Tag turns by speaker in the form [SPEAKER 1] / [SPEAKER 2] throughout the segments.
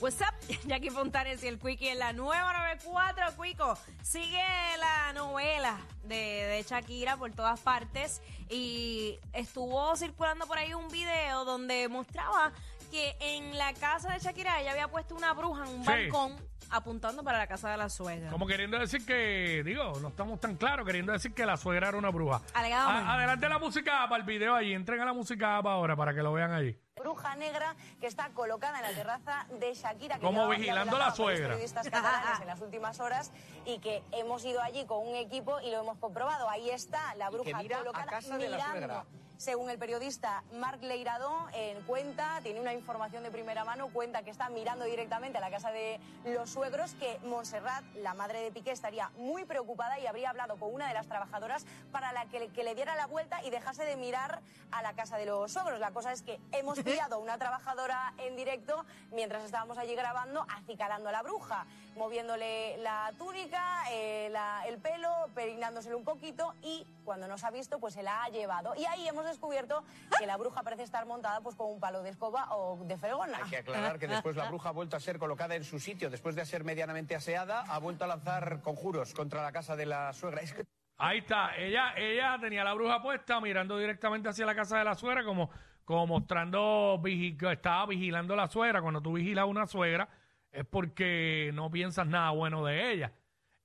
[SPEAKER 1] What's up? Jackie Fontanes y el Quickie en la nueva 94. Cuico, sigue la novela de, de Shakira por todas partes y estuvo circulando por ahí un video donde mostraba que en la casa de Shakira ella había puesto una bruja en un
[SPEAKER 2] Sí.
[SPEAKER 1] balcón apuntando para la casa de la suegra.
[SPEAKER 2] Como queriendo decir que, digo, no estamos tan claros, queriendo decir que la suegra era una bruja.
[SPEAKER 1] Alegadamente.
[SPEAKER 2] A- adelante la música para el video ahí, entrega la música para ahora para que lo vean ahí.
[SPEAKER 3] bruja negra que está colocada en la terraza de Shakira. que
[SPEAKER 2] Como
[SPEAKER 3] lleva
[SPEAKER 2] vigilando a la
[SPEAKER 3] amenazada por los
[SPEAKER 2] suegra.
[SPEAKER 3] periodistas catalanes en las últimas horas y que hemos ido allí con un equipo y lo hemos comprobado. Ahí está la bruja
[SPEAKER 4] mira a
[SPEAKER 3] colocada
[SPEAKER 4] casa de la
[SPEAKER 3] mirando.
[SPEAKER 4] suegra.
[SPEAKER 3] Según el periodista Marc Leirado, en cuenta, tiene una información de primera mano, cuenta que está mirando directamente a la casa de los suegros, que Montserrat, la madre de Piqué, estaría muy preocupada y habría hablado con una de las trabajadoras para la que, que le diera la vuelta y dejase de mirar a la casa de los suegros. La cosa es que hemos pillado a una trabajadora en directo mientras estábamos allí grabando, acicalando a la bruja, moviéndole la túnica, eh, la- el pelo, peinándoselo un poquito y cuando nos ha visto, pues se la ha llevado. Y ahí hemos descubierto que la bruja parece estar montada pues con un palo de escoba o de fregona.
[SPEAKER 4] Hay que aclarar que después la bruja ha vuelto a ser colocada en su sitio. Después de ser medianamente aseada, ha vuelto a lanzar conjuros contra la casa de la suegra. Es que
[SPEAKER 2] Ahí está, ella, ella tenía la bruja puesta mirando directamente hacia la casa de la suegra, como, como mostrando, vigi- que estaba vigilando a la suegra. Cuando tú vigilas a una suegra es porque no piensas nada bueno de ella.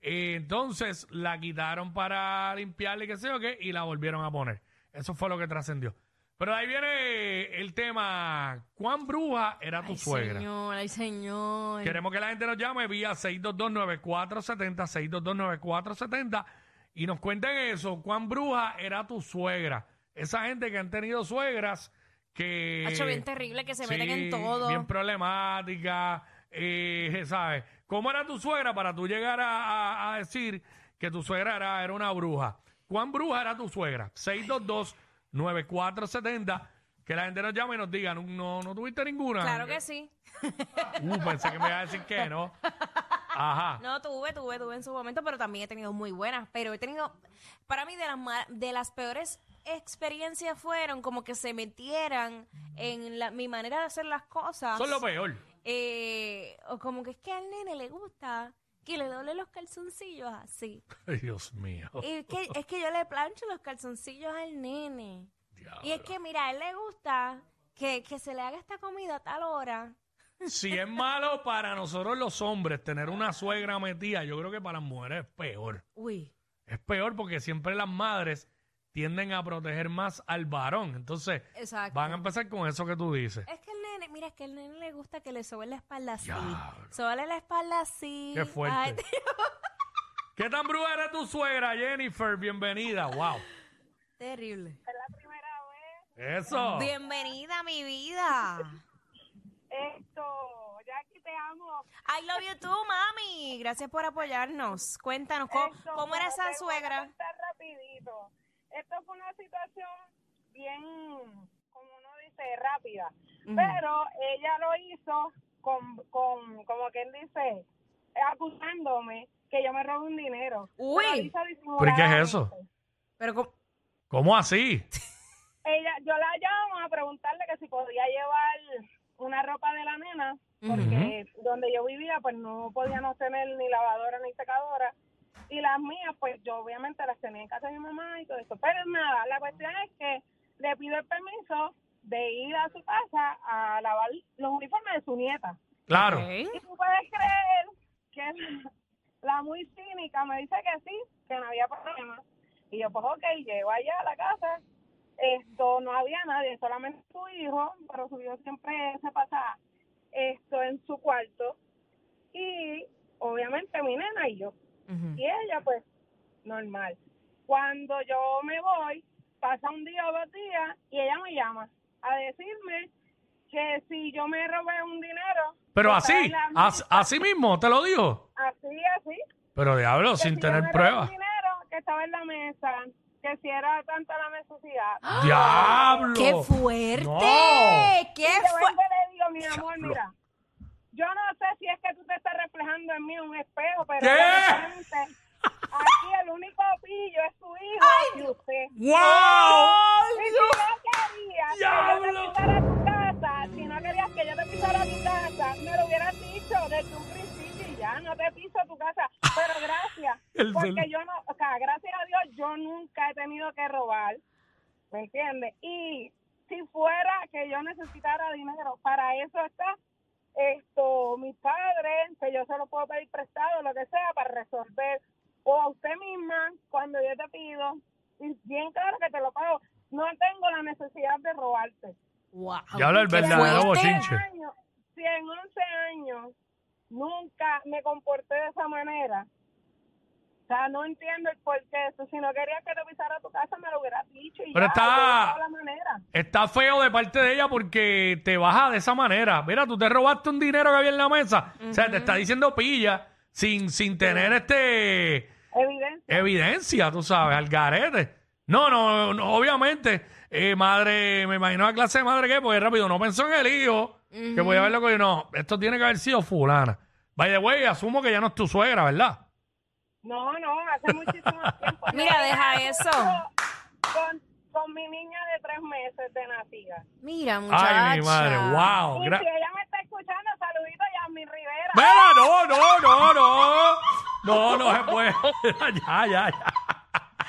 [SPEAKER 2] Eh, Entonces la quitaron para limpiarle, qué sé yo qué, y la volvieron a poner. Eso fue lo que trascendió. Pero ahí viene el tema, ¿cuán bruja era tu
[SPEAKER 1] ay,
[SPEAKER 2] suegra?
[SPEAKER 1] señor, ay, señor.
[SPEAKER 2] Queremos que la gente nos llame vía 6229470, 6229470 y nos cuenten eso. ¿Cuán bruja era tu suegra? Esa gente que han tenido suegras que...
[SPEAKER 1] Ha hecho bien terrible que se
[SPEAKER 2] Sí,
[SPEAKER 1] meten en todo.
[SPEAKER 2] Bien problemática, eh, ¿sabes? ¿Cómo era tu suegra para tú llegar a, a- a decir que tu suegra era, era una bruja? ¿Cuán bruja era tu suegra? 622-9470. Que la gente nos llame y nos diga, no, no, no tuviste ninguna.
[SPEAKER 1] Claro que sí.
[SPEAKER 2] Uh, pensé que me iba a decir que no. Ajá.
[SPEAKER 1] No, tuve, tuve, tuve en su momento, pero también he tenido muy buenas. Pero he tenido, para mí, de las, ma- de las peores experiencias fueron como que se metieran en la- mi manera de hacer las cosas.
[SPEAKER 2] Son lo peor.
[SPEAKER 1] Eh, o como que es que al nene le gusta que le doble los calzoncillos así.
[SPEAKER 2] Ay, Dios mío.
[SPEAKER 1] Y es que, es que yo le plancho los calzoncillos al nene. Y es
[SPEAKER 2] Diablo.
[SPEAKER 1] que, mira, a él le gusta que, que se le haga esta comida a tal hora.
[SPEAKER 2] Si es malo para nosotros los hombres tener una suegra metida, yo creo que para las mujeres es peor.
[SPEAKER 1] Uy.
[SPEAKER 2] Es peor porque siempre las madres tienden a proteger más al varón. Entonces,
[SPEAKER 1] Exacto. Eh,
[SPEAKER 2] van a empezar con eso que tú dices.
[SPEAKER 1] Es que el nene, mira, es que el nene le gusta que le sobe la espalda así.
[SPEAKER 2] Diablo.
[SPEAKER 1] Sóbale la espalda así.
[SPEAKER 2] Qué fuerte.
[SPEAKER 1] Ay, tío.
[SPEAKER 2] ¿Qué tan bruja era tu suegra, Jennifer? Bienvenida. Wow.
[SPEAKER 1] terrible.
[SPEAKER 2] Eso.
[SPEAKER 1] Bienvenida a mi vida.
[SPEAKER 5] Esto, Jackie, te amo.
[SPEAKER 1] I love you too, mami. Gracias por apoyarnos. Cuéntanos, ¿cómo,
[SPEAKER 5] Esto,
[SPEAKER 1] cómo era
[SPEAKER 5] te
[SPEAKER 1] esa
[SPEAKER 5] voy a
[SPEAKER 1] suegra?
[SPEAKER 5] contar rapidito. Esto fue una situación bien, como uno dice, rápida.
[SPEAKER 1] Ujú.
[SPEAKER 5] Pero ella lo hizo con, con como quien dice, acusándome que yo me robé un dinero.
[SPEAKER 1] Uy.
[SPEAKER 5] Pero lo hizo
[SPEAKER 2] ¿Pero y qué es eso?
[SPEAKER 5] disimuladamente.
[SPEAKER 1] Pero, ¿cómo?
[SPEAKER 2] ¿Cómo así?
[SPEAKER 5] Ella, yo la llamo a preguntarle que si podía llevar una ropa de la nena porque donde yo vivía pues no podíamos tener ni lavadora ni secadora y las mías pues yo obviamente las tenía en casa de mi mamá y todo eso pero nada la cuestión es que le pido el permiso de ir a su casa a lavar los uniformes de su nieta
[SPEAKER 2] Claro.
[SPEAKER 1] Ok.
[SPEAKER 5] y tú puedes creer que la muy cínica me dice que sí, que no había problema. Y yo, pues ok, llego allá a la casa. Esto, no había nadie, solamente su hijo, pero su hijo siempre se pasa esto en su cuarto. Y obviamente mi nena y yo.
[SPEAKER 1] Ujú.
[SPEAKER 5] Y ella, pues, normal. Cuando yo me voy, pasa un día o dos días y ella me llama a decirme que si yo me robé un dinero.
[SPEAKER 2] Pero
[SPEAKER 5] que estaba
[SPEAKER 2] así,
[SPEAKER 5] en la
[SPEAKER 2] as- así mismo, te lo digo.
[SPEAKER 5] Así, así.
[SPEAKER 2] Pero diablo,
[SPEAKER 5] Que
[SPEAKER 2] sin
[SPEAKER 5] si yo
[SPEAKER 2] tener
[SPEAKER 5] me robé
[SPEAKER 2] pruebas.
[SPEAKER 5] el dinero que estaba en la mesa, que si era tanta la necesidad.
[SPEAKER 2] Ah, ¡Diablo!
[SPEAKER 1] ¡Qué fuerte!
[SPEAKER 2] No.
[SPEAKER 1] ¡Qué
[SPEAKER 5] Yo vengo
[SPEAKER 1] fuerte!
[SPEAKER 5] y le digo, mi amor,
[SPEAKER 2] Diablo.
[SPEAKER 5] mira, yo no sé si es que tú te estás reflejando en mí en un espejo, pero
[SPEAKER 2] ¿Qué?
[SPEAKER 5] realmente aquí el único pillo es su hijo y usted.
[SPEAKER 2] ¡Wow!
[SPEAKER 5] Y si no querías que yo te
[SPEAKER 2] ¡Diablo!
[SPEAKER 5] pisara tu casa, si no querías que yo te pisara tu casa, me lo hubieras dicho dicho desde un principio y ya no te piso tu casa. Pero
[SPEAKER 2] El
[SPEAKER 5] gracias, porque
[SPEAKER 2] del-
[SPEAKER 5] yo no, o sea, gracias a Dios yo nunca he tenido que robar, ¿me entiendes? Y si fuera que yo necesitara dinero, para eso está esto, mis padres, que yo se lo puedo pedir prestado, lo que sea, para resolver. O a usted misma, cuando yo te pido, y bien claro que te lo pago, no tengo la necesidad de robarte.
[SPEAKER 1] Wow.
[SPEAKER 2] Ya habla el
[SPEAKER 1] Qué
[SPEAKER 2] verdadero
[SPEAKER 1] fuerte.
[SPEAKER 2] bochinche.
[SPEAKER 5] años, si en 11 años nunca me comporté de esa manera, o sea, no entiendo el porqué de eso. Si no querías que te pisara tu casa, me lo hubieras dicho y
[SPEAKER 2] Pero
[SPEAKER 5] ya,
[SPEAKER 2] está-
[SPEAKER 5] yo buscaba la manera.
[SPEAKER 2] Está feo de parte de ella porque te baja de esa manera. Mira, tú te robaste un dinero que había en la mesa. O sea, te está diciendo pilla sin, sin tener este
[SPEAKER 5] Evidencia.
[SPEAKER 2] evidencia, tú sabes, al garete. No, no, no, obviamente, eh, madre, me imagino la clase de madre que, pues rápido, no pensó en el hijo, que podía haberlo cogido. No, esto tiene que haber sido fulana. By the way, asumo que ya no es tu suegra, ¿verdad?
[SPEAKER 5] No, no, hace muchísimo tiempo. Yo
[SPEAKER 1] Mira, deja
[SPEAKER 5] era
[SPEAKER 1] eso.
[SPEAKER 5] Con, con mi niña de tres meses de nacida.
[SPEAKER 1] Mira, muchacha.
[SPEAKER 2] Ay, mi madre, wow.
[SPEAKER 5] y
[SPEAKER 2] Oh, gra-
[SPEAKER 5] si ella me está escuchando, saludito a Yasmin Rivera.
[SPEAKER 2] Mira, no, no, no, no. No, no se puede. ya, ya, ya.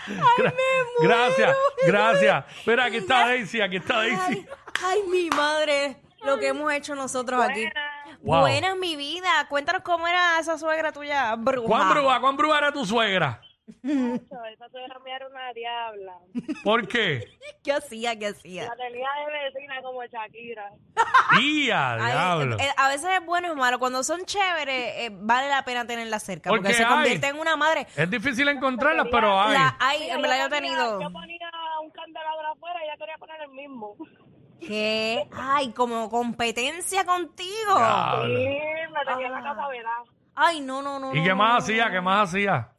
[SPEAKER 2] Gra- Gracias, gracias. Mira, aquí está Daisy, aquí está Daisy.
[SPEAKER 1] Ay, ay, mi madre, lo que hemos hecho nosotros aquí.
[SPEAKER 5] Buenas.
[SPEAKER 2] Wow.
[SPEAKER 1] Buenas, mi vida. Cuéntanos cómo era esa suegra tuya, bruja.
[SPEAKER 2] Juan Brúa, Juan Brúa era tu suegra.
[SPEAKER 5] Chacho, Esa suegra mía era una diabla.
[SPEAKER 2] ¿Por qué?
[SPEAKER 1] ¿Qué hacía? ¿Qué hacía?
[SPEAKER 5] La tenía de vecina como Shakira.
[SPEAKER 2] Tía,
[SPEAKER 1] Ay,
[SPEAKER 2] diablo.
[SPEAKER 1] eh, a veces es bueno y es malo. Cuando son chéveres, eh, vale la pena tenerla cerca. Porque,
[SPEAKER 2] Porque
[SPEAKER 1] se
[SPEAKER 2] hay.
[SPEAKER 1] convierte en una madre.
[SPEAKER 2] Es difícil encontrarlas, pero hay.
[SPEAKER 1] La, ay,
[SPEAKER 5] Mira,
[SPEAKER 1] en verdad yo he
[SPEAKER 5] ponía-
[SPEAKER 1] tenido.
[SPEAKER 5] Yo ponía un candelabro afuera y ella quería poner el mismo.
[SPEAKER 1] ¿Qué? Ay, como competencia contigo.
[SPEAKER 5] Sí,
[SPEAKER 2] Diablo.
[SPEAKER 5] me tenía en la casa verá.
[SPEAKER 1] Ay, no, no, no.
[SPEAKER 2] ¿Y
[SPEAKER 1] no,
[SPEAKER 2] qué
[SPEAKER 1] no,
[SPEAKER 2] más
[SPEAKER 1] no,
[SPEAKER 2] hacía?
[SPEAKER 1] no.
[SPEAKER 2] ¿Qué más hacía?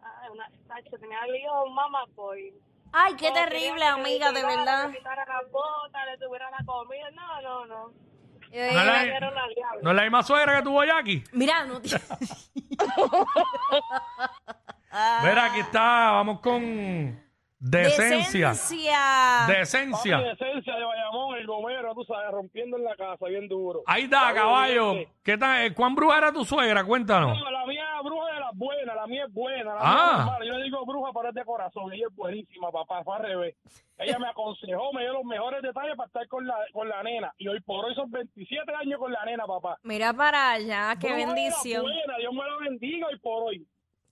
[SPEAKER 5] Ay, una, chacho, tenía el hijo un mamá boy.
[SPEAKER 1] Ay, qué
[SPEAKER 5] No, quería
[SPEAKER 1] terrible,
[SPEAKER 5] que
[SPEAKER 1] amiga, de
[SPEAKER 5] le quitara,
[SPEAKER 1] verdad.
[SPEAKER 5] Le quitara las botas, le tuviera la comida. No, no, no.
[SPEAKER 1] Eh,
[SPEAKER 2] No es
[SPEAKER 5] Era una
[SPEAKER 2] la,
[SPEAKER 5] diabla.
[SPEAKER 2] no es la misma suegra que tuvo Jackie.
[SPEAKER 1] Mira, no te-
[SPEAKER 2] Mira,
[SPEAKER 1] Ah.
[SPEAKER 2] aquí está. Vamos con decencia.
[SPEAKER 1] Decencia.
[SPEAKER 2] Decencia.
[SPEAKER 6] Papi, de esencia de Bayamón, el gomero, tú sabes, rompiendo en la casa, bien duro.
[SPEAKER 2] Ahí da, caballo. ¿Qué tal? eh, ¿Cuán bruja era tu suegra? Cuéntanos.
[SPEAKER 6] No, Ah, la mía bruja de las buenas, la mía es buena. La
[SPEAKER 2] Ah.
[SPEAKER 6] mía es normal. Yo le digo bruja, pero es de corazón. Ella es buenísima, papá, fue al revés. Ella me aconsejó, me dio los mejores detalles para estar con la, con la nena. Y hoy por hoy son 27 años con la nena, papá.
[SPEAKER 1] Mira para allá, qué
[SPEAKER 6] Bruja de las
[SPEAKER 1] bendición.
[SPEAKER 5] pues.
[SPEAKER 6] buenas, Dios me la bendiga hoy por hoy.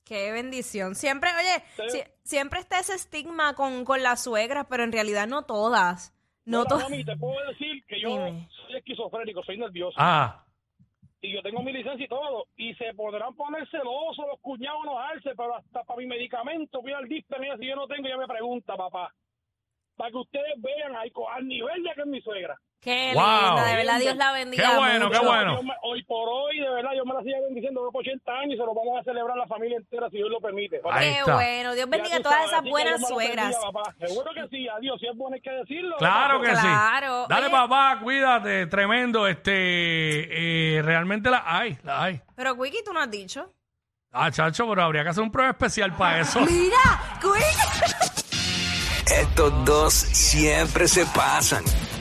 [SPEAKER 1] Qué bendición. Siempre, oye,
[SPEAKER 6] Sí.
[SPEAKER 1] si- siempre está ese estigma con, con las suegras, pero en realidad no todas. No
[SPEAKER 6] Mira,
[SPEAKER 1] todas.
[SPEAKER 6] mami, te puedo decir que yo
[SPEAKER 1] Dime.
[SPEAKER 6] soy esquizofrénico, soy nervioso.
[SPEAKER 2] Ah,
[SPEAKER 6] y yo tengo mi licencia y todo, y se podrán poner celosos los cuñados, los alces, pero hasta para mi medicamento, voy al dista, mira, si yo no tengo, ya me pregunta, papá. Para que ustedes vean al, co- al nivel de que es mi suegra.
[SPEAKER 1] Qué
[SPEAKER 2] Wow.
[SPEAKER 1] linda, de verdad, Dios la bendiga.
[SPEAKER 2] Qué bueno,
[SPEAKER 1] mucho.
[SPEAKER 2] qué bueno.
[SPEAKER 6] Yo me- hoy por hoy, de verdad, yo me la sigo bendiciendo, por 80 años y se lo vamos a celebrar la familia entera, si Dios lo permite. papá.
[SPEAKER 2] Ahí
[SPEAKER 1] Qué
[SPEAKER 2] está.
[SPEAKER 1] bueno. Dios
[SPEAKER 6] Ya
[SPEAKER 1] bendiga a
[SPEAKER 6] tú
[SPEAKER 1] todas
[SPEAKER 6] sabes,
[SPEAKER 1] esas
[SPEAKER 6] así que
[SPEAKER 1] buenas
[SPEAKER 6] Dios me lo
[SPEAKER 1] suegras.
[SPEAKER 6] bendiga, papá. Seguro que sí, adiós, si es bueno hay que decirlo.
[SPEAKER 2] claro que
[SPEAKER 1] Claro.
[SPEAKER 2] sí. Dale,
[SPEAKER 1] Oye.
[SPEAKER 2] papá, cuídate, tremendo. Este, eh, realmente la hay, la hay.
[SPEAKER 1] Pero, Wiki, tú no has dicho.
[SPEAKER 2] Ah, chacho, pero habría que hacer un programa especial para eso.
[SPEAKER 1] Mira, Wiki.
[SPEAKER 7] Estos dos siempre se pasan.